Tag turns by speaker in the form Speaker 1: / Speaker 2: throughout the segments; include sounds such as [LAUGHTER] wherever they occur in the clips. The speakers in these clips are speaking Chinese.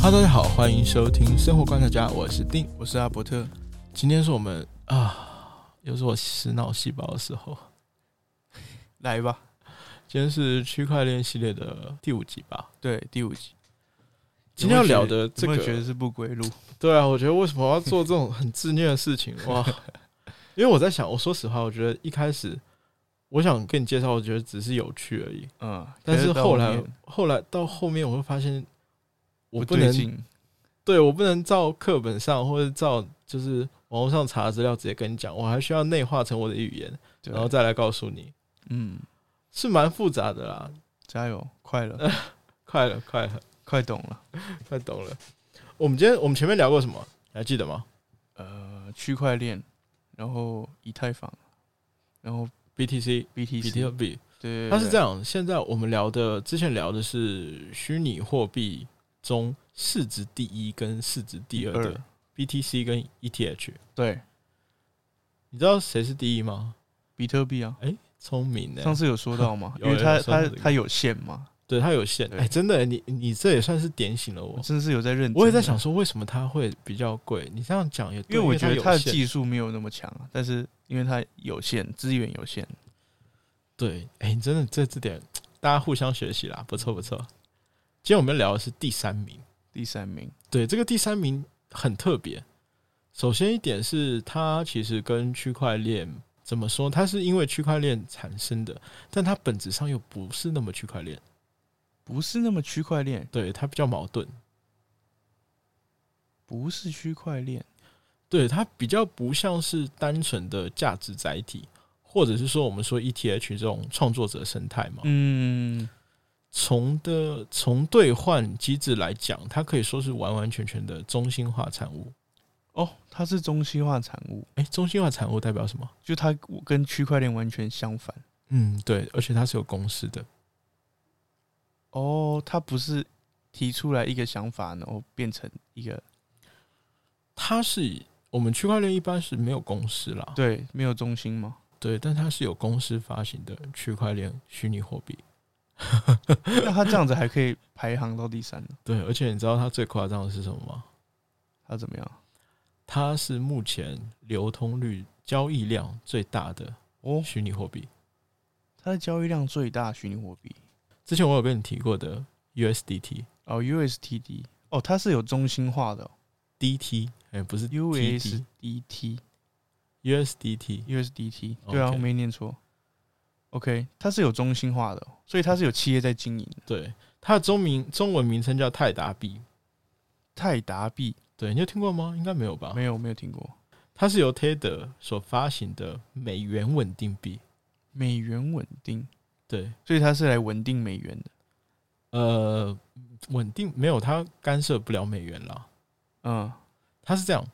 Speaker 1: Hello，大家好，欢迎收听《生活观察家》，我是丁，我是阿伯特。今天是我们啊，又是我死脑细胞的时候。
Speaker 2: 来吧，
Speaker 1: 今天是区块链系列的第五集吧？
Speaker 2: 对，第五集。
Speaker 1: 今天要聊的这
Speaker 2: 有没有觉
Speaker 1: 个
Speaker 2: 得有没有，觉得是不归路？
Speaker 1: 对啊，我觉得为什么要做这种很自虐的事
Speaker 2: [LAUGHS]
Speaker 1: 情？哇！因为我在想，我说实话，我觉得一开始我想跟你介绍，我觉得只是有趣而已。
Speaker 2: 嗯，
Speaker 1: 但
Speaker 2: 可
Speaker 1: 是
Speaker 2: 到
Speaker 1: 后来
Speaker 2: 面，
Speaker 1: 后来到后面，我会发现我不
Speaker 2: 不
Speaker 1: 能
Speaker 2: 对劲，
Speaker 1: 对我不能照课本上或者照就是网络上查的资料直接跟你讲，我还需要内化成我的语言，
Speaker 2: 对
Speaker 1: 然后再来告诉你，
Speaker 2: 嗯，
Speaker 1: 是蛮复杂的啦。
Speaker 2: 加油，
Speaker 1: [LAUGHS]
Speaker 2: 快了，
Speaker 1: 快了，快了，
Speaker 2: 快懂了。
Speaker 1: 快懂了。我们今天我们前面聊过什么？你还记得吗
Speaker 2: 呃，区块链，然后以太坊，然后
Speaker 1: ？BTC、
Speaker 2: BTC，
Speaker 1: 比
Speaker 2: 对
Speaker 1: 特币，
Speaker 2: 对，对
Speaker 1: 它是这，样。现在我们聊的，之前聊的是虚拟货币中市值第一跟市值第二
Speaker 2: 第
Speaker 1: 的
Speaker 2: 二
Speaker 1: BTC 跟 ETH。
Speaker 2: 对，
Speaker 1: 你知道谁是第一吗？
Speaker 2: 比特币啊，
Speaker 1: 聪明的、
Speaker 2: 上次有说到
Speaker 1: [LAUGHS]，
Speaker 2: 嘛
Speaker 1: 有
Speaker 2: 因为
Speaker 1: 有
Speaker 2: 它
Speaker 1: 有说到
Speaker 2: 它
Speaker 1: 这个
Speaker 2: 它有限嘛，
Speaker 1: 对它有限。
Speaker 2: 对
Speaker 1: 哎、真的，你你这也算是点醒了我
Speaker 2: 我。真的是有在认真，啊
Speaker 1: 我也在想，说，为什么它会比较贵？你这样讲也
Speaker 2: 因
Speaker 1: 对，
Speaker 2: 为我觉得它的
Speaker 1: 有限
Speaker 2: 技术没有那么强啊，但是因为它有限，资源有限，
Speaker 1: 对，哎、你真的这这点大家互相学习啦，不错不错。今天我们聊的是第三名，
Speaker 2: 第三名，
Speaker 1: 对，这个第三名很特别。首先一点是它其实跟区块链怎么说？它是因为区块链产生的，但它本质上又不是那么区块链，
Speaker 2: 不是那么区块链，
Speaker 1: 对，它比较矛盾，
Speaker 2: 不是区块链，
Speaker 1: 对，它比较不像是单纯的价值载体，或者是说我们说 ETH 这种创作者生态嘛，
Speaker 2: 嗯。
Speaker 1: 从的从兑换机制来讲，它可以说是完完全全的中心化产物。
Speaker 2: 哦，它是中心化产物，
Speaker 1: 哎、中心化产物代表什么？
Speaker 2: 就它跟区块链完全相反。
Speaker 1: 嗯，对，而且它是有公式的。
Speaker 2: 哦，它不是提出来一个想法，然后变成一个
Speaker 1: 它是我们区块链一般是没有公式啦，
Speaker 2: 对没有中心吗？
Speaker 1: 对，但它是有公司发行的区块链虚拟货币。
Speaker 2: 那它这样子还可以排行到第三呢？
Speaker 1: 对，而且你知道它最夸张的是什么吗？
Speaker 2: 它怎么样？
Speaker 1: 它是目前流通率交易量最大的
Speaker 2: 哦，
Speaker 1: 虚拟货币。
Speaker 2: 它的交易量最大虚拟货币
Speaker 1: 之前我有跟你提过的 USDT、
Speaker 2: 哦，USDT 哦，它是有中心化的、哦、
Speaker 1: DT，哎、不是 TD
Speaker 2: USDT
Speaker 1: USDT，
Speaker 2: USDT，对啊，
Speaker 1: OK
Speaker 2: 我没念错。OK，它是有中心化的哦、所以它是有企业在经营的。
Speaker 1: 对，它的中名中文名称叫泰达币。
Speaker 2: 泰达币
Speaker 1: 对，你有听过吗？应该没有吧？
Speaker 2: 没有没有听过，
Speaker 1: 它是由 Tether 所发行的美元稳定币。
Speaker 2: 美元稳定。
Speaker 1: 对，
Speaker 2: 所以它是来稳定美元的。
Speaker 1: 呃，稳定没有，它干涉不了美元啦。
Speaker 2: 嗯，
Speaker 1: 它是这样，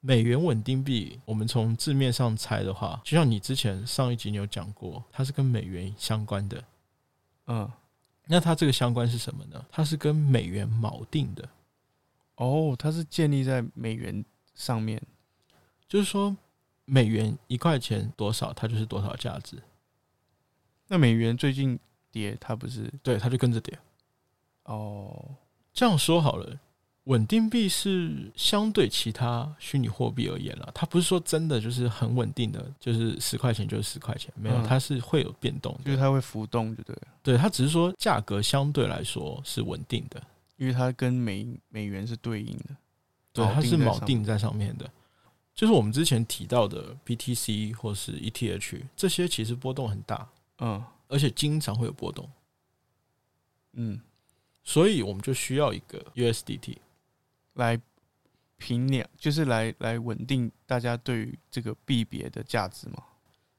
Speaker 1: 美元稳定币，我们从字面上猜的话，就像你之前上一集你有讲过，它是跟美元相关的。
Speaker 2: 嗯，
Speaker 1: 那它这个相关是什么呢？它是跟美元锚定的，
Speaker 2: 哦，它是建立在美元上面。
Speaker 1: 就是说美元一块钱多少，它就是多少价值，
Speaker 2: 那美元最近跌，它不是
Speaker 1: 对，它就跟着跌。
Speaker 2: 哦，
Speaker 1: 这样说好了，稳定币是相对其他虚拟货币而言啦，它不是说真的就是很稳定的，就是十块钱就是十块钱，没有，
Speaker 2: 嗯
Speaker 1: 它是会有变动
Speaker 2: 就
Speaker 1: 的。
Speaker 2: 是它会浮动，就对了，
Speaker 1: 对，它只是说价格相对来说是稳定的，
Speaker 2: 因为它跟美美元是对应的。
Speaker 1: 对，
Speaker 2: 锚
Speaker 1: 它是
Speaker 2: 定在
Speaker 1: 锚
Speaker 2: 上
Speaker 1: 定在上面的。就是我们之前提到的 BTC 或是 ETH 这些，其实波动很大，
Speaker 2: 嗯
Speaker 1: 而且经常会有波动，
Speaker 2: 嗯，
Speaker 1: 所以我们就需要一个 USDT。
Speaker 2: 来平量，就是来来稳定大家对于这个币别的价值嘛。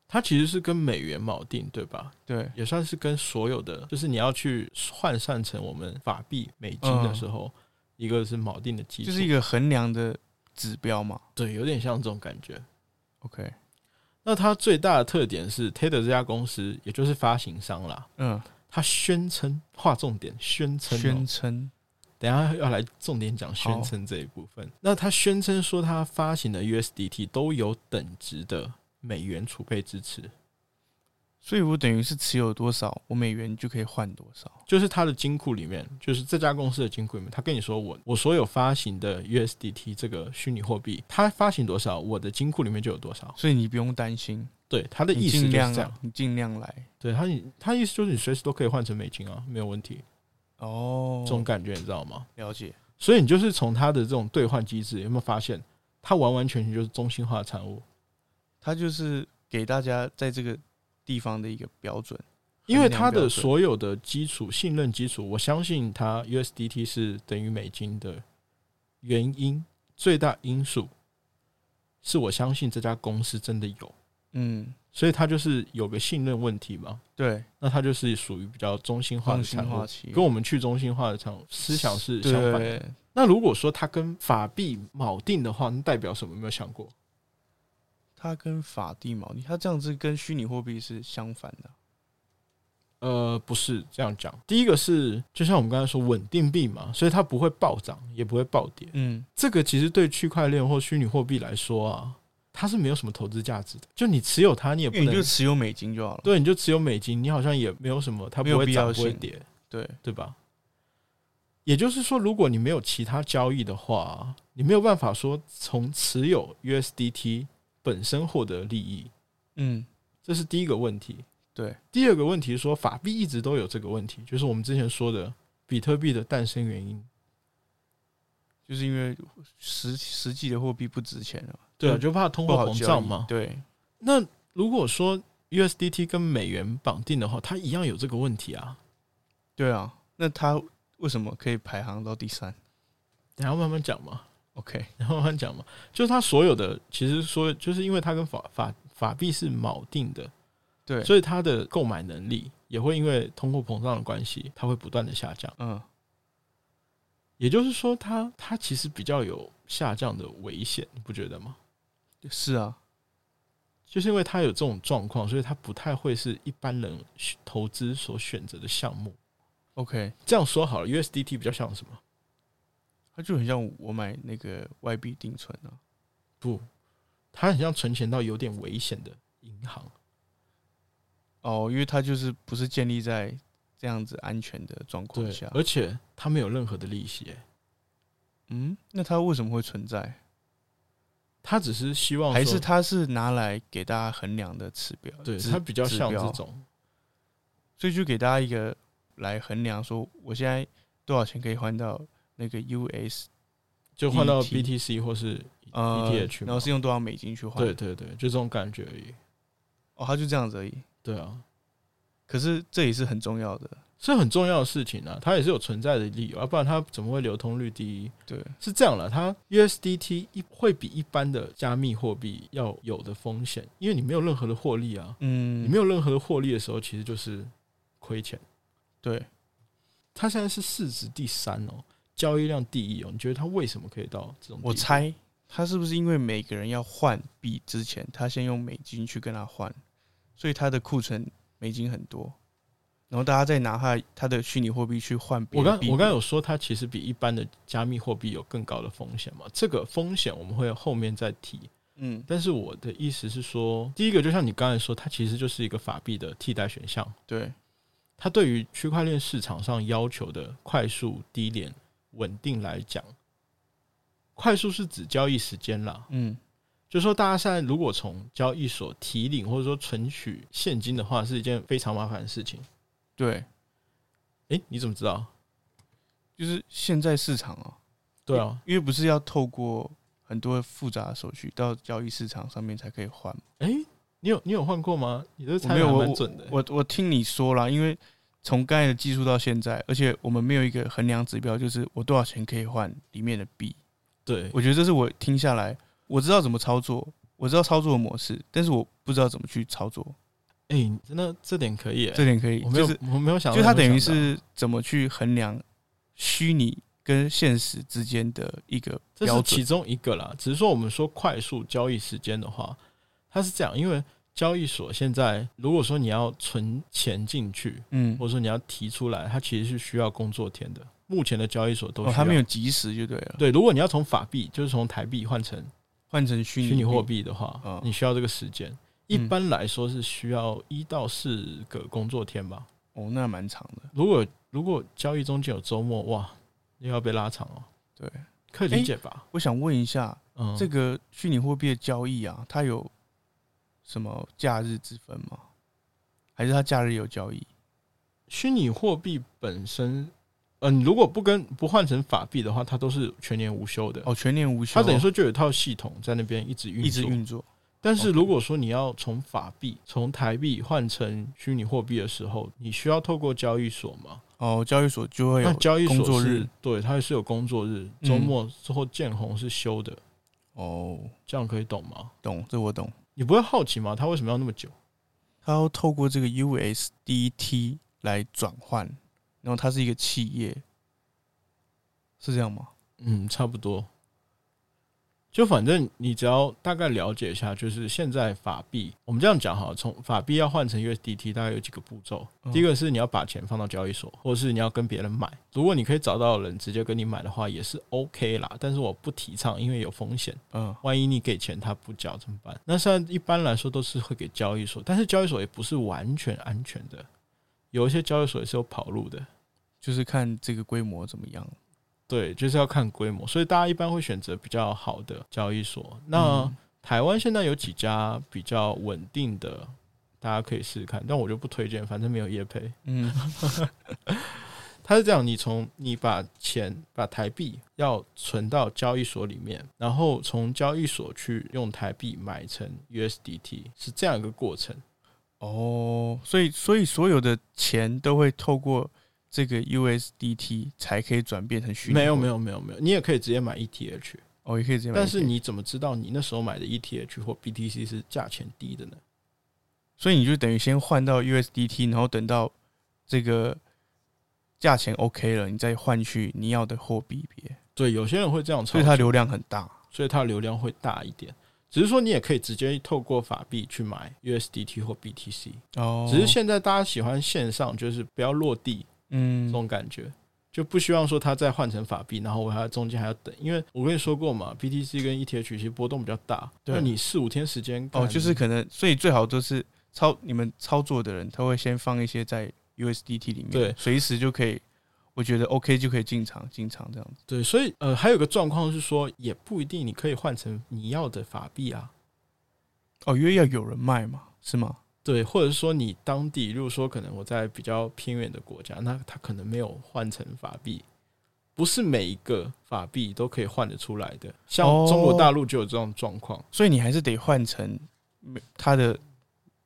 Speaker 1: 它其实是跟美元锚定，对吧？
Speaker 2: 对，
Speaker 1: 也算是跟所有的，就是你要去换算成我们法币美金的时候，一个是锚定的基础，
Speaker 2: 就是一个衡量的指标嘛。
Speaker 1: 对，有点像这种感觉。
Speaker 2: OK，
Speaker 1: 那它最大的特点是 Tether 这家公司，也就是发行商啦，
Speaker 2: 嗯，
Speaker 1: 它宣称划重点，宣称、哦，
Speaker 2: 宣称
Speaker 1: 等一下要来重点讲宣称这一部分。那它宣称说，它发行的 USDT 都有等值的美元储备支持，
Speaker 2: 所以我等于是持有多少，我美元就可以换多少。
Speaker 1: 就是它的金库里面，就是这家公司的金库里面，他跟你说我我所有发行的 USDT 这个虚拟货币，它发行多少，我的金库里面就有多少。
Speaker 2: 所以你不用担心，
Speaker 1: 对，它的
Speaker 2: 你
Speaker 1: 意思
Speaker 2: 尽
Speaker 1: 就是
Speaker 2: 量啊
Speaker 1: 这样。
Speaker 2: 你尽量来
Speaker 1: 对，它它意思就是你随时都可以换成美金啊，没有问题。
Speaker 2: 哦
Speaker 1: 这。种感觉你知道吗？
Speaker 2: 了解，
Speaker 1: 所以你就是从它的这种兑换机制，有没有发现它完完全全就是中心化的产物？
Speaker 2: 它就是给大家在这个地方的一个标准，
Speaker 1: 因为
Speaker 2: 衡量
Speaker 1: 它的
Speaker 2: 标准
Speaker 1: 所有的基础信任基础，我相信它 USDT 是等于美金的原因最大因素，是我相信这家公司真的有，
Speaker 2: 嗯，
Speaker 1: 所以它就是有个信任问题嘛。
Speaker 2: 对，
Speaker 1: 那它就是属于比较中心化
Speaker 2: 中
Speaker 1: 的
Speaker 2: 心
Speaker 1: 产
Speaker 2: 化
Speaker 1: 物，
Speaker 2: 期
Speaker 1: 跟我们去中心化的产物思想是相反的。
Speaker 2: 对
Speaker 1: 那如果说它跟法币锚定的话，那代表什么？有没有想过？
Speaker 2: 它跟法定锚定，它这样子跟虚拟货币是相反的。
Speaker 1: 呃，不是这样讲。第一个是，就像我们刚才说，稳定币嘛，所以它不会暴涨，也不会暴跌。
Speaker 2: 嗯，
Speaker 1: 这个其实对区块链或虚拟货币来说啊，它是没有什么投资价值的。就你持有它，你也
Speaker 2: 因
Speaker 1: 不
Speaker 2: 为你就
Speaker 1: 能
Speaker 2: 持有美金就好了。
Speaker 1: 对，你就持有美金，你好像也没有什么，它不
Speaker 2: 没有
Speaker 1: 会
Speaker 2: 必
Speaker 1: 涨
Speaker 2: 要
Speaker 1: 不会
Speaker 2: 性
Speaker 1: 跌，
Speaker 2: 对，
Speaker 1: 对吧？也就是说，如果你没有其他交易的话，你没有办法说从持有 USDT 本身获得利益，
Speaker 2: 嗯，
Speaker 1: 这是第一个问题。
Speaker 2: 对，
Speaker 1: 第二个问题是说，法币一直都有这个问题，就是我们之前说的比特币的诞生原因。
Speaker 2: 就是因为实实际的货币不值钱了，
Speaker 1: 对啊，
Speaker 2: 嗯
Speaker 1: 就怕通
Speaker 2: 不
Speaker 1: 货
Speaker 2: 好
Speaker 1: 膨
Speaker 2: 交
Speaker 1: 胀
Speaker 2: 易
Speaker 1: 嘛。
Speaker 2: 对，
Speaker 1: 那如果说 USDT 跟美元绑定的话，它一样有这个问题啊。
Speaker 2: 对啊，那它为什么可以排行到第三
Speaker 1: 等一下慢慢讲 [LAUGHS] 嘛，
Speaker 2: ？OK，
Speaker 1: 然后慢慢讲嘛，就是它所有的其实说，就是因为它跟法法法币是锚定的，
Speaker 2: 对，
Speaker 1: 所以它的购买能力也会因为通货膨胀的关系，它会不断的下降。
Speaker 2: 嗯，
Speaker 1: 也就是说它，它其实比较有下降的危险，你不觉得吗？
Speaker 2: 是啊，
Speaker 1: 就是因为它有这种状况，所以它不太会是一般人投资所选择的项目。
Speaker 2: OK，
Speaker 1: 这样说好了，USDT 比较像什么？
Speaker 2: 它就很像我买那个外币定存啊，
Speaker 1: 不，它很像存钱到有点危险的银行。
Speaker 2: 哦，因为它就是不是建立在这样子安全的状况下，
Speaker 1: 而且它没有任何的利息耶，
Speaker 2: 嗯，那它为什么会存在？
Speaker 1: 它只是希望
Speaker 2: 还是
Speaker 1: 它
Speaker 2: 它是拿来给大家衡量的指标？
Speaker 1: 对
Speaker 2: 指
Speaker 1: 它比较像
Speaker 2: 指标
Speaker 1: 这种。
Speaker 2: 所以就给大家一个来衡量，说我现在多少钱可以换到那个 US
Speaker 1: 就换到
Speaker 2: ET
Speaker 1: BTC 或是
Speaker 2: 呃
Speaker 1: ETH
Speaker 2: 然后
Speaker 1: E 嘛
Speaker 2: 是用多少美金去换？
Speaker 1: 对，对对，就这种感觉而已。
Speaker 2: 哦，它就这样子而已。
Speaker 1: 对啊，
Speaker 2: 可是这也是很重要的，
Speaker 1: 是很重要的事情啊，它也是有存在的理由，要啊不然它怎么会流通率低？
Speaker 2: 对，
Speaker 1: 是这样了，它 USDT 一会比一般的加密货币要有的风险，因为你没有任何的获利啊，
Speaker 2: 嗯，
Speaker 1: 你没
Speaker 2: 有
Speaker 1: 有任何的获利的时候，其实就是亏钱。
Speaker 2: 对，
Speaker 1: 它现在是市值第三哦，交易量第一哦，你觉得它为什么可以到这种地步？
Speaker 2: 我猜他是不是因为每个人要换币之前，他先用美金去跟他换，所以他的库存美金很多，然后大家再拿他他的虚拟货币去换别
Speaker 1: 我
Speaker 2: 的
Speaker 1: 刚
Speaker 2: 币别。
Speaker 1: 我刚有说，它其实比一般的加密货币有更高的风险嘛，这个风险我们会后面再提。
Speaker 2: 嗯，
Speaker 1: 但是我的意思是说，第一个就像你刚才说，它其实就是一个法币的替代选项。
Speaker 2: 对，
Speaker 1: 它对于区块链市场上要求的快速、低廉、稳定来讲，快速是指交易时间啦。
Speaker 2: 嗯，
Speaker 1: 就是说，大家现在如果从交易所提领或者说存取现金的话，是一件非常麻烦的事情。
Speaker 2: 对，
Speaker 1: 诶、你怎么知道？
Speaker 2: 就是现在市场啊，
Speaker 1: 对啊，
Speaker 2: 因为不是要透过很多复杂的手续到交易市场上面才可以换吗。
Speaker 1: 诶、你有你有换过吗？你这
Speaker 2: 我
Speaker 1: 猜的
Speaker 2: 没有，
Speaker 1: 还
Speaker 2: 我
Speaker 1: 蛮
Speaker 2: 我
Speaker 1: 准的、
Speaker 2: 我我听你说啦，因为从刚才的技术到现在，而且我们没有一个衡量指标，就是我多少钱可以换里面的币。
Speaker 1: 对，
Speaker 2: 我觉得这是我听下来，我知道怎么操作，我知道操作的模式，但是我不知道怎么去操作，
Speaker 1: 诶、你真的这点可以、欸，
Speaker 2: 这点可以，
Speaker 1: 我没有、
Speaker 2: 就是
Speaker 1: 我没有想到
Speaker 2: 就
Speaker 1: 你
Speaker 2: 它
Speaker 1: 会想到，
Speaker 2: 等于是怎么去衡量虚拟跟现实之间的一个
Speaker 1: 这
Speaker 2: 标
Speaker 1: 是
Speaker 2: 准
Speaker 1: 其。中一个啦。只是说我们说快速交易时间的话，它是这样，因为交易所现在如果说你要存钱进去，
Speaker 2: 嗯，
Speaker 1: 或者说你要提出来，它其实是需要工作天的。目前的交易所都需
Speaker 2: 哦，
Speaker 1: 要。
Speaker 2: 它没有及时就对了，
Speaker 1: 对，如果你要从法币，就是从台币换成
Speaker 2: 换成虚
Speaker 1: 虚拟
Speaker 2: 拟
Speaker 1: 货币的话，
Speaker 2: 嗯
Speaker 1: 你需要这个时间。一般来说是需要一到四个工作天吧。
Speaker 2: 哦，那蛮长的。
Speaker 1: 如果如果交易中间有周末，哇，又要被拉长哦，
Speaker 2: 对，
Speaker 1: 可以理解吧？
Speaker 2: 我想问一下，
Speaker 1: 嗯，
Speaker 2: 这个虚拟货币的交易啊，它有什么假日之分吗？还是它假日有交易？
Speaker 1: 虚拟货币本身，嗯、你如果不跟不换成法币的话，它都是全年无休的。
Speaker 2: 哦，全年无休
Speaker 1: 它
Speaker 2: 哦，
Speaker 1: 等于说就有一套系统在那边一直运
Speaker 2: 一直
Speaker 1: 作。
Speaker 2: 运作。
Speaker 1: 但是
Speaker 2: OK
Speaker 1: 如果说你要从法币、从台币换成虚拟货币的时候，你需要透过交易所嘛？
Speaker 2: 哦，交易所就会
Speaker 1: 那
Speaker 2: 有
Speaker 1: 交易所
Speaker 2: 工作
Speaker 1: 是
Speaker 2: 日
Speaker 1: 对，它是有工作日，
Speaker 2: 嗯
Speaker 1: 周末或见红是休的，
Speaker 2: 哦，
Speaker 1: 这样可以懂吗？
Speaker 2: 懂，这我懂。
Speaker 1: 你不会好奇吗？它为什么要那么久？
Speaker 2: 它要透过这个 USDT 来转换，然后它是一个企业，是这样吗？
Speaker 1: 嗯，差不多。就反正你只要大概了解一下，就是现在法币，我们这样讲哈，从法币要换成 USDT，大概有几个步骤。
Speaker 2: 嗯
Speaker 1: 第一个是你要把钱放到交易所，或是你要跟别人买。如果你可以找到人直接跟你买的话，也是 OK 啦。但是我不提倡，因为有风险，
Speaker 2: 嗯，
Speaker 1: 万一你给钱他不缴怎么办？那现在一般来说都是会给交易所，但是交易所也不是完全安全的，有一些交易所也是有跑路的。
Speaker 2: 就是看这个规模怎么样。
Speaker 1: 对，就是要看规模，所以大家一般会选择比较好的交易所。那、
Speaker 2: 嗯
Speaker 1: 台湾现在有几家比较稳定的，大家可以试试看，但我就不推荐，反正没有业配。
Speaker 2: 嗯，
Speaker 1: 它是这样，你从你把钱把台币要存到交易所里面，然后从交易所去用台币买成 USDT，是这样一个过程。
Speaker 2: 哦，所以所以所有的钱都会透过这个 USDT 才可以转变成虚拟货币，
Speaker 1: 没有没有没有没有，你也可以直接买 ETH，
Speaker 2: 哦，也可以这样。
Speaker 1: 但是，你怎么知道你那时候买的 ETH 或 BTC 是价钱低的呢？
Speaker 2: 所以你就等于先换到 USDT，然后等到这个价钱 OK 了，你再换去你要的货币别，
Speaker 1: 对，有些人会这样操作
Speaker 2: 所以。它流量很大。
Speaker 1: 所以它流量会大一点。只是说你也可以直接透过法币去买 USDT 或 BTC，
Speaker 2: 哦，
Speaker 1: 只是现在大家喜欢线上，就是不要落地这
Speaker 2: 嗯
Speaker 1: 种感觉，就不希望说它再换成法币，然后我还要中间还要等，因为我跟你说过嘛，BTC 跟 ETH 其实波动比较大，
Speaker 2: 对
Speaker 1: 那你四五天时间
Speaker 2: 哦，就是
Speaker 1: 干
Speaker 2: 可能，所以最好都是操你们操作的人，他会先放一些在 USDT 里面，
Speaker 1: 对
Speaker 2: 随时就可以，我觉得 OK 就可以进场进场这样子。
Speaker 1: 对，所以呃还有个状况是说，也不一定你可以换成你要的法币啊，
Speaker 2: 哦，因为要有人卖嘛，是吗？
Speaker 1: 对，或者是说你当地，例如说可能我在比较偏远的国家，那它可能没有换成法币，不是每一个法币都可以换得出来的。像
Speaker 2: 哦
Speaker 1: 中国大陆就有这种状况，
Speaker 2: 所以你还是得换成美它的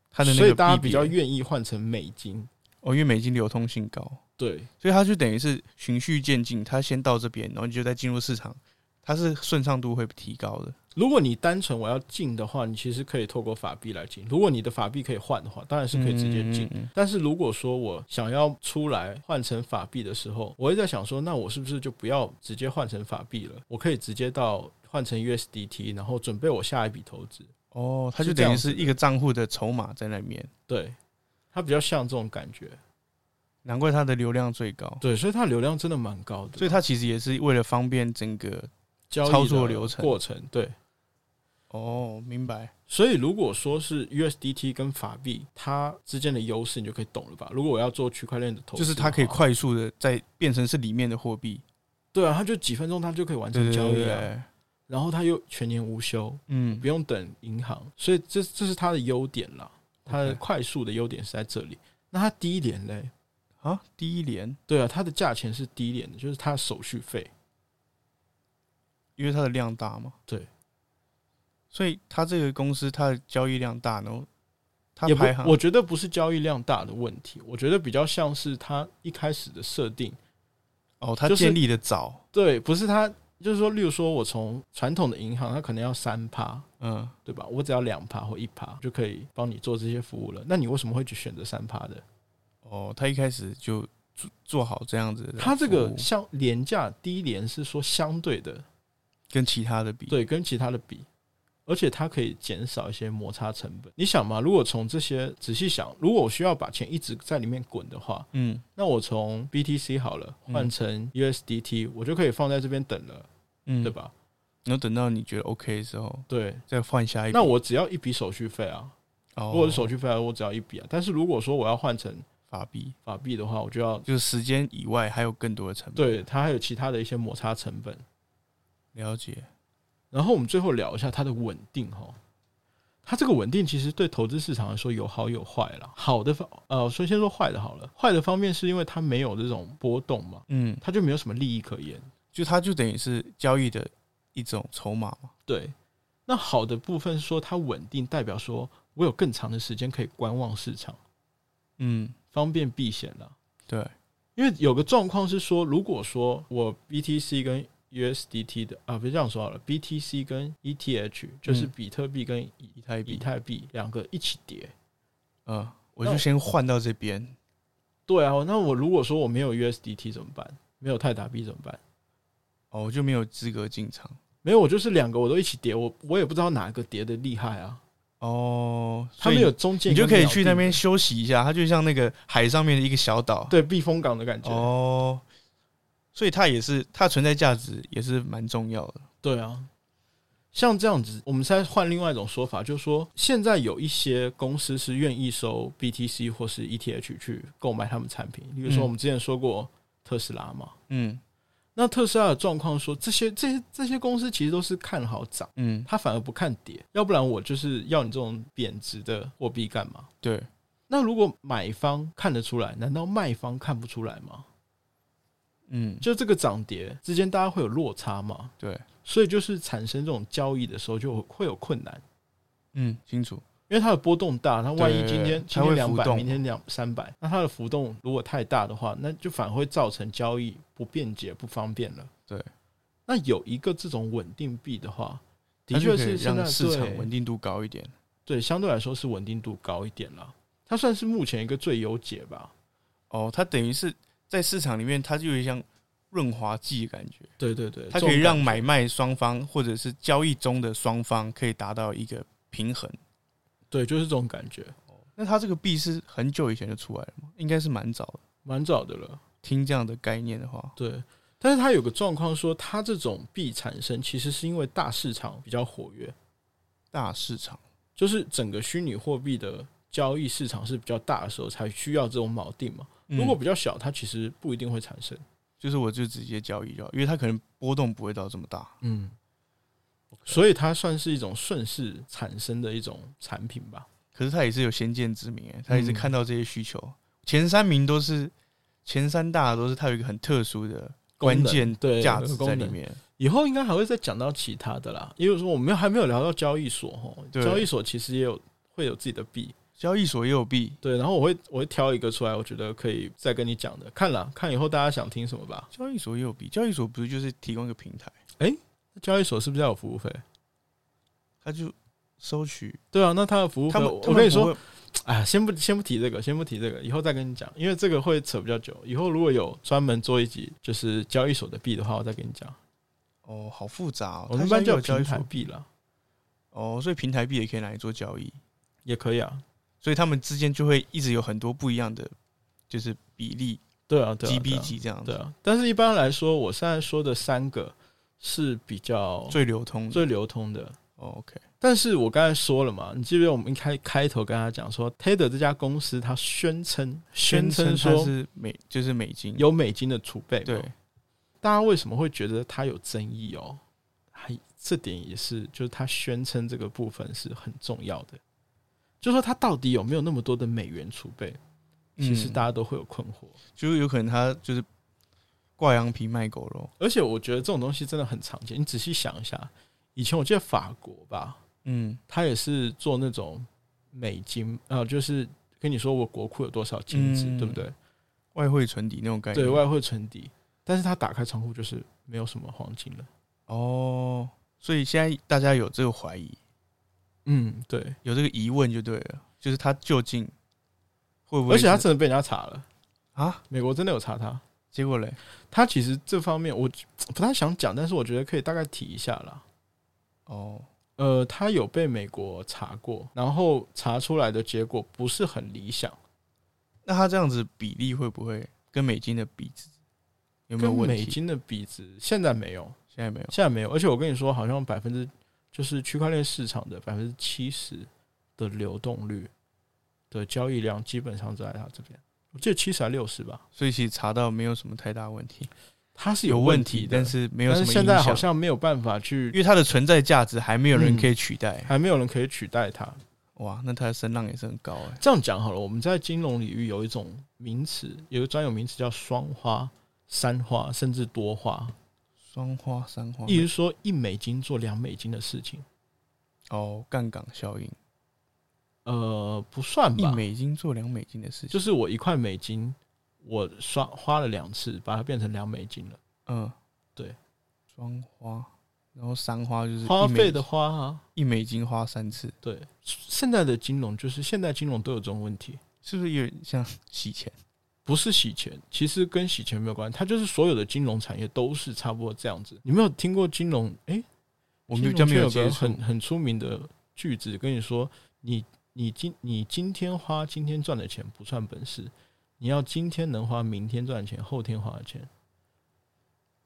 Speaker 2: 它的那个
Speaker 1: 所以大家
Speaker 2: BBA
Speaker 1: 比较愿意换成美金。
Speaker 2: 哦，因为美金流通性高，
Speaker 1: 对
Speaker 2: 所以它就等于是循序渐进，它先到这边，然后你就再进入市场，它是顺畅度会提高的。
Speaker 1: 如果你单纯我要进的话，你其实可以透过法币来进。如果你的法币可以换的话，当然是可以直接进。
Speaker 2: 嗯嗯嗯
Speaker 1: 但是如果说我想要出来换成法币的时候，我会在想说，那我是不是就不要直接换成法币了？我可以直接到换成 USDT，然后准备我下一笔投资。
Speaker 2: 哦，它
Speaker 1: 是
Speaker 2: 就
Speaker 1: 这
Speaker 2: 等于
Speaker 1: 样子
Speaker 2: 是一个账户的筹码在那面，
Speaker 1: 对，它比较像这种感觉。
Speaker 2: 难怪它的流量最高。
Speaker 1: 对，所以它流量真的蛮高的，
Speaker 2: 所以它其实也是为了方便整个
Speaker 1: 交易
Speaker 2: 操
Speaker 1: 的
Speaker 2: 作流程
Speaker 1: 过程对。
Speaker 2: 哦，明白
Speaker 1: 所以如果说是 USDT 跟法币它之间的优势，你就可以懂了吧？如果我要做区块链的投资
Speaker 2: 就
Speaker 1: 的话，
Speaker 2: 是它可以快速的在变成是里面的货币，
Speaker 1: 对啊，它就几分钟它就可以完成
Speaker 2: 对
Speaker 1: 交
Speaker 2: 对
Speaker 1: 易
Speaker 2: 对
Speaker 1: 啊，
Speaker 2: 对，
Speaker 1: 然后它又全年无休，
Speaker 2: 嗯
Speaker 1: 不，用等银行，所以这这是它的优点啦。它的
Speaker 2: OK
Speaker 1: 快速的优点是在这里。那它低廉嘞？
Speaker 2: 啊，第一连，
Speaker 1: 对啊，它的价钱是低廉的，就是它的手续费。
Speaker 2: 因为它的量大嘛，
Speaker 1: 对，
Speaker 2: 所以它这个公司它的交易量大，然后它
Speaker 1: 也不
Speaker 2: 排，行，
Speaker 1: 我觉得不是交易量大的问题，我觉得比较像是它一开始的设定，
Speaker 2: 哦，它
Speaker 1: 就是
Speaker 2: 建立的早，
Speaker 1: 对，不是它，就是说，例如说我从传统的银行，它可能要三趴，
Speaker 2: 嗯，
Speaker 1: 对吧？我只要两趴或一趴就可以帮你做这些服务了。那你为什么会去选择三趴的？
Speaker 2: 哦，它一开始就做做好这样子啊的服务，
Speaker 1: 它这个像廉价低廉是说相对的，
Speaker 2: 跟其他的比，，
Speaker 1: 对，跟其他的比，而且它可以减少一些摩擦成本。你想嘛，如果从这些仔细想，如果我需要把钱一直在里面滚的话，
Speaker 2: 嗯，
Speaker 1: 那我从 BTC 好了
Speaker 2: 嗯
Speaker 1: 换成 USDT，、我就可以放在这边等了，
Speaker 2: 嗯
Speaker 1: 对？吧？
Speaker 2: 然后等到你觉得 OK 的时候，
Speaker 1: 对，
Speaker 2: 再换下一笔，
Speaker 1: 那我只要一笔手续费啊，
Speaker 2: 哦
Speaker 1: 如果是手续费，我只要一笔啊。但是如果说我要换成
Speaker 2: 法币，
Speaker 1: 法币的话，我就要
Speaker 2: 就是时间以外还有更多的成本。
Speaker 1: 对它还有其他的一些摩擦成本。
Speaker 2: 了解，
Speaker 1: 然后我们最后聊一下它的稳定哈，它这个稳定其实对投资市场来说有好有坏啦。好的方呃，所以先说坏的好了。坏的方面是因为它没有这种波动嘛，
Speaker 2: 嗯，
Speaker 1: 它就没有什么利益可言。
Speaker 2: 就它就等于是交易的一种筹码嘛。
Speaker 1: 对，那好的部分是说它稳定，代表说我有更长的时间可以观望市场，
Speaker 2: 嗯，
Speaker 1: 方便避险啦。
Speaker 2: 对，
Speaker 1: 因为有个状况是说，如果说我 BTC 跟 USDT 的啊，别这样说好了，BTC 跟 ETH 就是
Speaker 2: 嗯
Speaker 1: 比特币跟以
Speaker 2: 以太
Speaker 1: 以
Speaker 2: 币，
Speaker 1: 太币两个一起跌。
Speaker 2: 嗯，我
Speaker 1: 那
Speaker 2: 就
Speaker 1: 我
Speaker 2: 先换到这边。
Speaker 1: 对啊，那我如果说我没有 USDT 怎么办？没有泰达币怎么办？
Speaker 2: 哦，我就没有资格进场。
Speaker 1: 没有，我就是两个我都一起跌，我我也不知道哪个跌的厉害啊。
Speaker 2: 哦，
Speaker 1: 他
Speaker 2: 所以
Speaker 1: 们有中间
Speaker 2: 你
Speaker 1: 一个
Speaker 2: 就可以
Speaker 1: 秒
Speaker 2: 去
Speaker 1: 定
Speaker 2: 那边
Speaker 1: 的
Speaker 2: 休息一下，它就像那个海上面的一个小岛。
Speaker 1: 对避风港的感觉。
Speaker 2: 哦，所以它也是它存在价值也是蛮重要的。
Speaker 1: 对啊，像这样子，我们再换另外一种说法，就是说现在有一些公司是愿意收 BTC 或是 ETH 去购买他们产品，例如说
Speaker 2: 嗯
Speaker 1: 我们之前说过特斯拉嘛。
Speaker 2: 嗯
Speaker 1: 那特斯拉的状况说，这些这些这些公司其实都是看好涨，
Speaker 2: 嗯，
Speaker 1: 它反而不看跌，要不然我就是要你这种贬值的货币干嘛？
Speaker 2: 对，
Speaker 1: 那如果买方看得出来，难道卖方看不出来吗？
Speaker 2: 嗯
Speaker 1: 就这个涨跌之间，大家会有落差嘛？
Speaker 2: 对，
Speaker 1: 所以就是产生这种交易的时候就会有困难。
Speaker 2: 嗯，清楚。
Speaker 1: 因为它的波动大，它万一
Speaker 2: 对
Speaker 1: 今天
Speaker 2: 它
Speaker 1: 今
Speaker 2: 会
Speaker 1: 天两
Speaker 2: 浮
Speaker 1: 百，
Speaker 2: 动
Speaker 1: 明天两三百，那它的浮动如果太大的话，那就反而会造成交易不便捷、不方便了。
Speaker 2: 对，
Speaker 1: 那有一个这种稳定币的话，的
Speaker 2: 它
Speaker 1: 确
Speaker 2: 就可以
Speaker 1: 是现在
Speaker 2: 让市场
Speaker 1: 对
Speaker 2: 稳定度高一点。
Speaker 1: 对相对来说是稳定度高一点了。它算是目前一个最优解吧。
Speaker 2: 哦，它等于是在市场里面，它就有一像润滑剂的感觉，
Speaker 1: 对对对，
Speaker 2: 它可以让买卖双方或者是交易中的双方可以达到一个平衡。
Speaker 1: 对就是这种感觉，
Speaker 2: 那它这个币是很久以前就出来了吗？应该是蛮早的。
Speaker 1: 蛮早的了。
Speaker 2: 听这样的概念的话，
Speaker 1: 对，但是它有个状况说，它这种币产生其实是因为大市场比较活跃，
Speaker 2: 大市场
Speaker 1: 就是整个虚拟货币的交易市场是比较大的时候才需要这种锚定嘛。如果
Speaker 2: 嗯
Speaker 1: 比较小，它其实不一定会产生。
Speaker 2: 就是我就直接交易就好，因为它可能波动不会到这么大。
Speaker 1: 嗯，所以它算是一种顺势产生的一种产品吧。
Speaker 2: 可是他也是有先见之明，哎，他也是
Speaker 1: 嗯
Speaker 2: 看到这些需求，前三名都是前三大都是他有一个很特殊的
Speaker 1: 功能
Speaker 2: 关键
Speaker 1: 对
Speaker 2: 价值在
Speaker 1: 功
Speaker 2: 里
Speaker 1: 能，
Speaker 2: 面。
Speaker 1: 以后应该还会再讲到其他的啦。因为说我们还没有聊到交易所哦，
Speaker 2: 对
Speaker 1: 交易所其实也有会有自己的币，
Speaker 2: 交易所也有币，
Speaker 1: 对。然后我会我会挑一个出来，我觉得可以再跟你讲的。看啦，看以后大家想听什么吧。
Speaker 2: 交易所也有币，交易所不是就是提供一个平台，
Speaker 1: 交易所是不是要有服务费？
Speaker 2: 他就收取
Speaker 1: 对啊，那它的服务费，
Speaker 2: 他们。
Speaker 1: 我
Speaker 2: 他
Speaker 1: 我
Speaker 2: 们
Speaker 1: 跟你
Speaker 2: 不
Speaker 1: 说，
Speaker 2: 会，
Speaker 1: 哎，先不先不提这个，先不提这个，以后再跟你讲，因为这个会扯比较久。以后如果有专门做一集就是交易所的币的话，我再跟你讲。
Speaker 2: 哦，好复杂、哦。
Speaker 1: 我们一
Speaker 2: 它
Speaker 1: 般
Speaker 2: 现在
Speaker 1: 叫
Speaker 2: 有交
Speaker 1: 平
Speaker 2: 易
Speaker 1: 台
Speaker 2: 所
Speaker 1: 币啦，
Speaker 2: 哦，所以平台币也可以拿来做交易，
Speaker 1: 也可以啊。
Speaker 2: 所以他们之间就会一直有很多不一样的就是比例
Speaker 1: 对啊，对啊，对
Speaker 2: 几比
Speaker 1: 啊
Speaker 2: 几这样
Speaker 1: 对
Speaker 2: 子，
Speaker 1: 啊。但是一般来说，我现在说的三个是比较
Speaker 2: 最流通的。
Speaker 1: 最流通的。
Speaker 2: 哦 OK，
Speaker 1: 但是我刚才说了嘛，你记不记得我们一开开头跟他讲说，Tether 这家公司它宣称宣称
Speaker 2: 它
Speaker 1: 说
Speaker 2: 是美就是美金，
Speaker 1: 有美金的储备，
Speaker 2: 对。
Speaker 1: 大家为什么会觉得它有争议哦？还这点也是，就是它宣称这个部分是很重要的，就说它到底有没有那么多的美元储备，其实
Speaker 2: 嗯
Speaker 1: 大家都会有困惑。
Speaker 2: 就是有可能他就是挂羊皮卖狗肉。
Speaker 1: 而且我觉得这种东西真的很常见，你仔细想一下，以前我记得法国吧，
Speaker 2: 嗯
Speaker 1: 它也是做那种美金，呃，就是跟你说我国库有多少金子，
Speaker 2: 嗯
Speaker 1: 对不对？
Speaker 2: 外汇存底那种概念。
Speaker 1: 对外汇存底，但是它打开仓库就是没有什么黄金了。
Speaker 2: 哦，所以现在大家有这个怀疑，
Speaker 1: 嗯，对，
Speaker 2: 有这个疑问就对了，就是他究竟会不会
Speaker 1: 而
Speaker 2: 是？
Speaker 1: 且它真的被人家查了，
Speaker 2: 啊，
Speaker 1: 美国真的有查它。
Speaker 2: 结果嘞，
Speaker 1: 他其实这方面我不太想讲，但是我觉得可以大概提一下啦。
Speaker 2: 哦，
Speaker 1: 呃，他有被美国查过，然后查出来的结果不是很理想，
Speaker 2: 那他这样子比例会不会跟美金的比值有没有
Speaker 1: 跟
Speaker 2: 问
Speaker 1: 美
Speaker 2: 题？
Speaker 1: 金的比值现在没有，
Speaker 2: 现在没有，
Speaker 1: 现在没有。而且我跟你说，好像百分之就是区块链市场的百分之七十的流动率的交易量基本上都在它这边。我记得七十还六十吧，
Speaker 2: 所以其实查到没有什么太大问题，
Speaker 1: 它是
Speaker 2: 有
Speaker 1: 问
Speaker 2: 题，
Speaker 1: 的，
Speaker 2: 但是没有
Speaker 1: 但
Speaker 2: 什
Speaker 1: 是
Speaker 2: 么
Speaker 1: 现在
Speaker 2: 影响
Speaker 1: 好像没有办法
Speaker 2: 因
Speaker 1: 去，
Speaker 2: 为它的存在价值还没有人可以取代。
Speaker 1: 还没有人可以取代它。
Speaker 2: 哇，那它的声浪也是很高哎、
Speaker 1: 这样讲好了，我们在金融领域有一种名词，有一个专有名词叫双花、三花，甚至多花。
Speaker 2: 双花三花
Speaker 1: 意思说，一美金做两美金的事情，
Speaker 2: 哦，杠杆效应，
Speaker 1: 呃，不算
Speaker 2: 一
Speaker 1: 吧？
Speaker 2: 美金做两美金的事情，
Speaker 1: 就是我一块美金，我刷花了两次，把它变成两美金了。
Speaker 2: 嗯，
Speaker 1: 对，
Speaker 2: 双花，然后三花就是
Speaker 1: 花
Speaker 2: 一美
Speaker 1: 费的花啊，
Speaker 2: 一美金花三次，
Speaker 1: 对。现在的金融就是现在金融都有这种问题，
Speaker 2: 是不是有点像洗钱？
Speaker 1: 不是洗钱，其实跟洗钱没有关系，它就是所有的金融产业都是差不多这样子。你没有听过金融？诶、
Speaker 2: 我
Speaker 1: 金融
Speaker 2: 们比较没
Speaker 1: 圈有
Speaker 2: 接
Speaker 1: 个
Speaker 2: 触
Speaker 1: 很，很出名的句子，跟你说，你你今你今天花今天赚的钱不算本事，你要今天能花明天赚的钱，后天花的钱。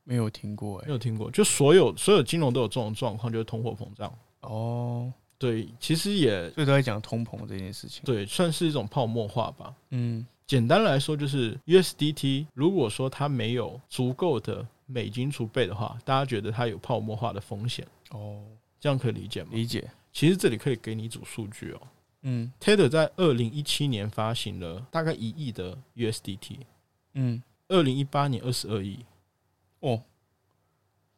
Speaker 2: 没有听过哎、
Speaker 1: 没有听过，就所有所有金融都有这种状况，就是通货膨胀。
Speaker 2: 哦，
Speaker 1: 对，其实也
Speaker 2: 所以都在讲通膨这件事情。
Speaker 1: 对，算是一种泡沫化吧。
Speaker 2: 嗯，
Speaker 1: 简单来说，就是 USDT 如果说它没有足够的美金储备的话，大家觉得它有泡沫化的风险，
Speaker 2: 哦，
Speaker 1: 这样可以理解吗？
Speaker 2: 理解。
Speaker 1: 其实这里可以给你一组数据哦。
Speaker 2: 嗯
Speaker 1: Tether 在二零一七年发行了大概一亿的 USDT，
Speaker 2: 嗯，
Speaker 1: 二零一八年二十二亿，
Speaker 2: 哦，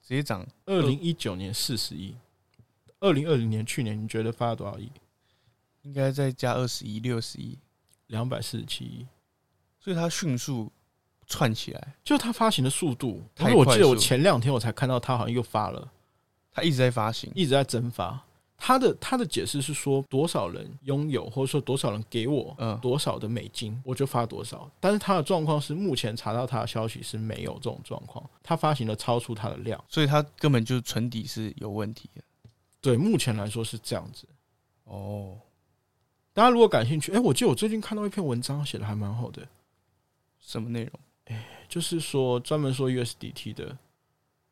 Speaker 2: 直接涨
Speaker 1: 二零一九年四十亿，二零二零年去年你觉得发了多少亿？
Speaker 2: 应该再加二十一、六十一，
Speaker 1: 两百四十七亿。
Speaker 2: 所以它迅速窜起来，
Speaker 1: 就它发行的速度，
Speaker 2: 太
Speaker 1: 因为我
Speaker 2: 快
Speaker 1: 记得我
Speaker 2: 速
Speaker 1: 前两天我才看到它好像又发了，
Speaker 2: 它一直在发行。
Speaker 1: 一直在蒸发。它的它的解释是说，多少人拥有，或者说多少人给我
Speaker 2: 嗯，
Speaker 1: 多少的美金，我就发多少。但是它的状况是，目前查到它的消息是没有这种状况，它发行的超出它的量。
Speaker 2: 所以它根本就是存底是有问题的。
Speaker 1: 对，目前来说是这样子。
Speaker 2: 哦，
Speaker 1: 大家如果感兴趣，哎、我记得我最近看到一篇文章，写的还蛮好的，
Speaker 2: 什么内容？
Speaker 1: 就是说专门说 USDT 的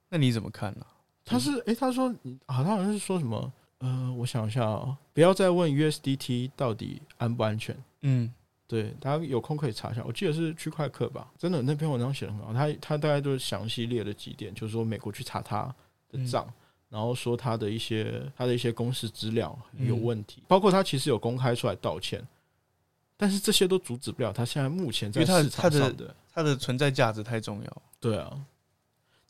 Speaker 2: 那你怎么看啊呢、
Speaker 1: 他是诶，他说好，他好像是说什么？呃，我想一下哦，不要再问 USDT 到底安不安全。
Speaker 2: 嗯，
Speaker 1: 对，大家有空可以查一下。我记得是区块客吧，真的那篇文章写的很好，他他大概就是详细列了几点，就是说美国去查他
Speaker 2: 嗯
Speaker 1: 的账，然后说他的一些他的一些公司资料有
Speaker 2: 嗯
Speaker 1: 问题，包括他其实有公开出来道歉，但是这些都阻止不了他现在目前在
Speaker 2: 因为他
Speaker 1: 市场
Speaker 2: 他
Speaker 1: 上
Speaker 2: 的
Speaker 1: 的
Speaker 2: 它的存在价值太重要。
Speaker 1: 对啊。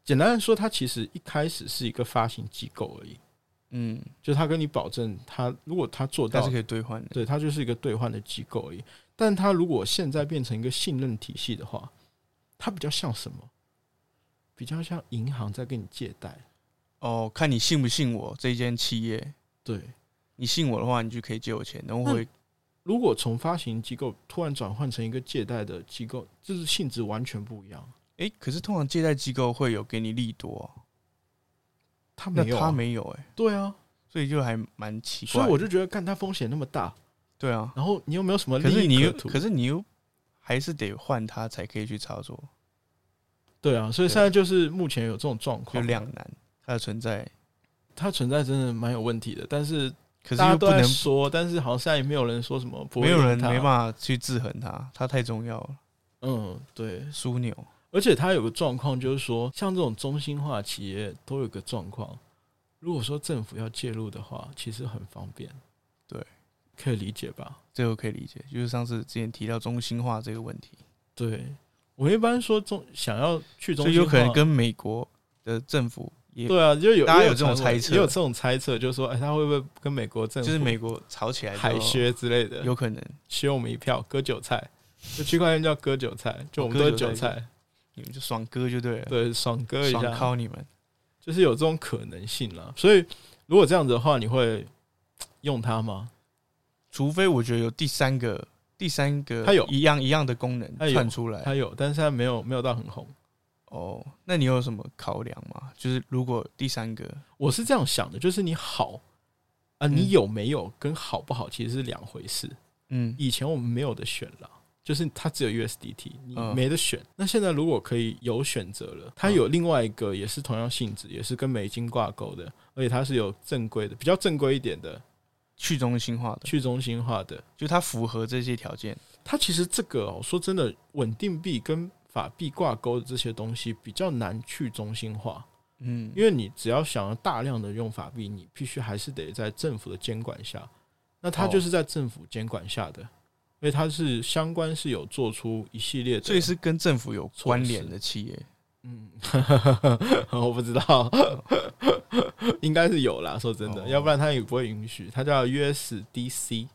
Speaker 1: 简单的说，他其实一开始是一个发行机构而已。
Speaker 2: 嗯，
Speaker 1: 就他跟你保证他，如果他做
Speaker 2: 它
Speaker 1: 到
Speaker 2: 是可，以兑换的。
Speaker 1: 对他就是一个兑换的机构而已。但他如果现在变成一个信任体系的话，它比较像什么？比较像银行在跟你借贷。
Speaker 2: 哦，看你信不信我这间企业，
Speaker 1: 对，
Speaker 2: 你信我的话，你就可以借我钱，然后我会
Speaker 1: 如果从发行机构突然转换成一个借贷的机构，就是性质完全不一样。
Speaker 2: 诶，可是通常借贷机构会有给你利多啊、
Speaker 1: 他
Speaker 2: 那
Speaker 1: 没有、
Speaker 2: 他
Speaker 1: 啊，
Speaker 2: 没有诶，
Speaker 1: 对啊，
Speaker 2: 所以就还蛮奇怪
Speaker 1: 所
Speaker 2: 的。
Speaker 1: 以我就觉得干他风险那么大，
Speaker 2: 对啊，
Speaker 1: 然后你又没有什么利
Speaker 2: 可是
Speaker 1: 益
Speaker 2: 你又
Speaker 1: 图，
Speaker 2: 可是你又还是得换它才可以去操作，
Speaker 1: 对啊，所以
Speaker 2: 对
Speaker 1: 现在就是目前有这种状
Speaker 2: 就
Speaker 1: 况，
Speaker 2: 两难，它的存在。
Speaker 1: 它存在真的蛮有问题的，但是
Speaker 2: 可是
Speaker 1: 大家
Speaker 2: 又
Speaker 1: 都
Speaker 2: 不
Speaker 1: 在
Speaker 2: 能，
Speaker 1: 说，但是好像现在也没有人说什么不会
Speaker 2: 没有人
Speaker 1: 用它
Speaker 2: 没办法去制衡它，它太重要了，
Speaker 1: 嗯，对。
Speaker 2: 枢纽。
Speaker 1: 而且它有个状况，就是说，像这种中心化企业都有个状况，如果说政府要介入的话，其实很方便。
Speaker 2: 对，
Speaker 1: 可以理解吧？
Speaker 2: 这个我可以理解，就是上次之前提到中心化这个问题，
Speaker 1: 对，我们一般说中想要去中
Speaker 2: 所以
Speaker 1: 心
Speaker 2: 有可能
Speaker 1: 化
Speaker 2: 跟美国的政府也
Speaker 1: 对啊，就有
Speaker 2: 大家
Speaker 1: 也
Speaker 2: 有这种猜测
Speaker 1: 也有这种猜测，就是说，哎，他会不会跟美国政
Speaker 2: 就
Speaker 1: 府
Speaker 2: 是美国吵起来之后
Speaker 1: 海削之类的，
Speaker 2: 有可能，
Speaker 1: 削我们一票，割韭菜。就区块链叫割韭菜，就我们
Speaker 2: 哦割
Speaker 1: 都是
Speaker 2: 韭
Speaker 1: 韭
Speaker 2: 菜
Speaker 1: 菜，
Speaker 2: 你们就爽割就对了，
Speaker 1: 对，爽割一
Speaker 2: 爽
Speaker 1: 下，
Speaker 2: 靠你们。
Speaker 1: 就是有这种可能性啦。所以如果这样子的话，你会用它吗？
Speaker 2: 除非我觉得有第三个第三个，
Speaker 1: 它有
Speaker 2: 一样一样的功能
Speaker 1: 它有
Speaker 2: 串出来
Speaker 1: 它有，但是它没有没有到很红。
Speaker 2: 哦。那你有什么考量吗？就是如果第三个
Speaker 1: 我是这样想的，就是你好啊，
Speaker 2: 嗯
Speaker 1: 你有没有跟好不好其实是两回事。
Speaker 2: 嗯
Speaker 1: 以前我们没有的选了。就是它只有 USDT，你
Speaker 2: 嗯
Speaker 1: 没得选。那现在如果可以有选择了，它
Speaker 2: 嗯
Speaker 1: 有另外一个也是同样性质，也是跟美金挂钩的，而且它是有正规的，比较正规一点的
Speaker 2: 去中心化的，
Speaker 1: 去中心化的。
Speaker 2: 就它符合这些条件。
Speaker 1: 它其实这个哦，说真的，稳定币跟法币挂钩的这些东西比较难去中心化，
Speaker 2: 嗯，
Speaker 1: 因为你只要想要大量的用法币，你必须还是得在政府的监管下。那它
Speaker 2: 哦
Speaker 1: 就是在政府监管下的，因为它是相关是有做出一系列的，
Speaker 2: 所以是跟政府有关联
Speaker 1: 措
Speaker 2: 的企业。
Speaker 1: 嗯， [LAUGHS] 我不知道，应该是有啦。说真的，
Speaker 2: 哦
Speaker 1: 要不然它也不会允许。它叫 USDC，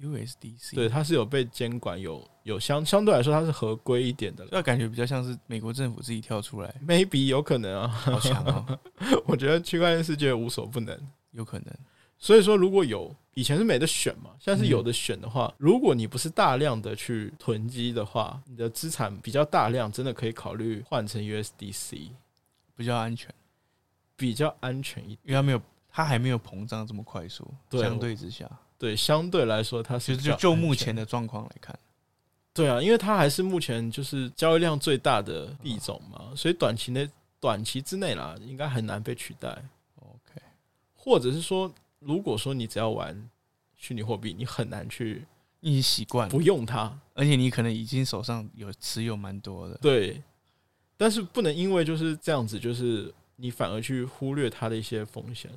Speaker 2: USDC，
Speaker 1: 对，，它是有被监管，有有相相对来说它是合规一点的了。
Speaker 2: 这感觉比较像是美国政府自己跳出
Speaker 1: [LAUGHS]
Speaker 2: 来，
Speaker 1: maybe 有可能啊， [LAUGHS]
Speaker 2: 好强哦，
Speaker 1: 我觉得区块链世界无所不能。
Speaker 2: 有可能。
Speaker 1: 所以说，如果有以前是没得选嘛，现在是有
Speaker 2: 嗯
Speaker 1: 的选的话，如果你不是大量的去囤积的话，你的资产比较大量，真的可以考虑换成 USDC，
Speaker 2: 比较安全，
Speaker 1: 比较安全一点。
Speaker 2: 因为它没有，它还没有膨胀这么快速。
Speaker 1: 对
Speaker 2: 相对之下，
Speaker 1: 对，相对来说它是
Speaker 2: 其实
Speaker 1: 比较
Speaker 2: 就就目
Speaker 1: 安全
Speaker 2: 前的状况来看，
Speaker 1: 对啊，因为它还是目前就是交易量最大的币种嘛，
Speaker 2: 嗯
Speaker 1: 所以短期内短期之内啦，应该很难被取代。
Speaker 2: OK
Speaker 1: 或者是说，如果说你只要玩虚拟货币，你很难去
Speaker 2: 你已经习惯了，
Speaker 1: 不用它。
Speaker 2: 而且你可能已经手上有持有蛮多的。
Speaker 1: 对，但是不能因为就是这样子，就是你反而去忽略它的一些风险。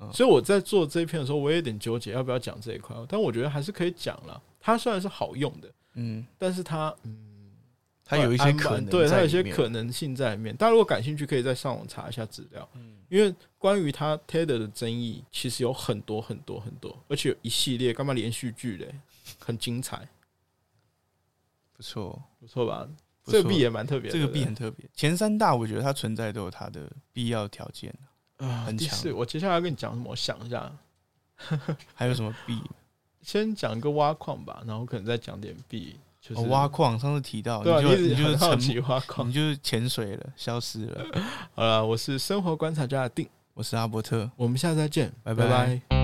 Speaker 2: 嗯
Speaker 1: 所以我在做这一篇的时候，我也有点纠结要不要讲这一块，哦但我觉得还是可以讲了。它虽然是好用的，
Speaker 2: 嗯，
Speaker 1: 但是它嗯。
Speaker 2: 它有一些
Speaker 1: 安
Speaker 2: 可
Speaker 1: 排
Speaker 2: 能，
Speaker 1: 对，它有一些，可能性在里面。大家如果感兴趣，可以再上网查一下资料，
Speaker 2: 嗯，
Speaker 1: 因为关于它 Tether 的争议其实有很多很多很多，而且有一系列干嘛连续剧嘞，很精彩，
Speaker 2: 不错，
Speaker 1: 不错吧？
Speaker 2: 不错
Speaker 1: 这个币也蛮特别的，
Speaker 2: 这个
Speaker 1: 对
Speaker 2: 币
Speaker 1: 不
Speaker 2: 很特别。前三大我觉得它存在都有它的必要条件，
Speaker 1: 对啊
Speaker 2: 很
Speaker 1: 第
Speaker 2: 强
Speaker 1: 四，我接下来要跟你讲什么？我想一下，
Speaker 2: 还有什么币？
Speaker 1: 先讲一个挖矿吧，然后可能再讲点币，就是、
Speaker 2: 哦，挖矿，上次提到，
Speaker 1: 对啊，
Speaker 2: 你就
Speaker 1: 一直
Speaker 2: 就是
Speaker 1: 很好奇
Speaker 2: 沉，
Speaker 1: 挖矿
Speaker 2: 你。就是潜水了，消失了。
Speaker 1: 好了，我是生活观察家的定，
Speaker 2: 我是阿伯特，
Speaker 1: 我们下次再见，
Speaker 2: 拜
Speaker 1: 拜
Speaker 2: 拜
Speaker 1: 拜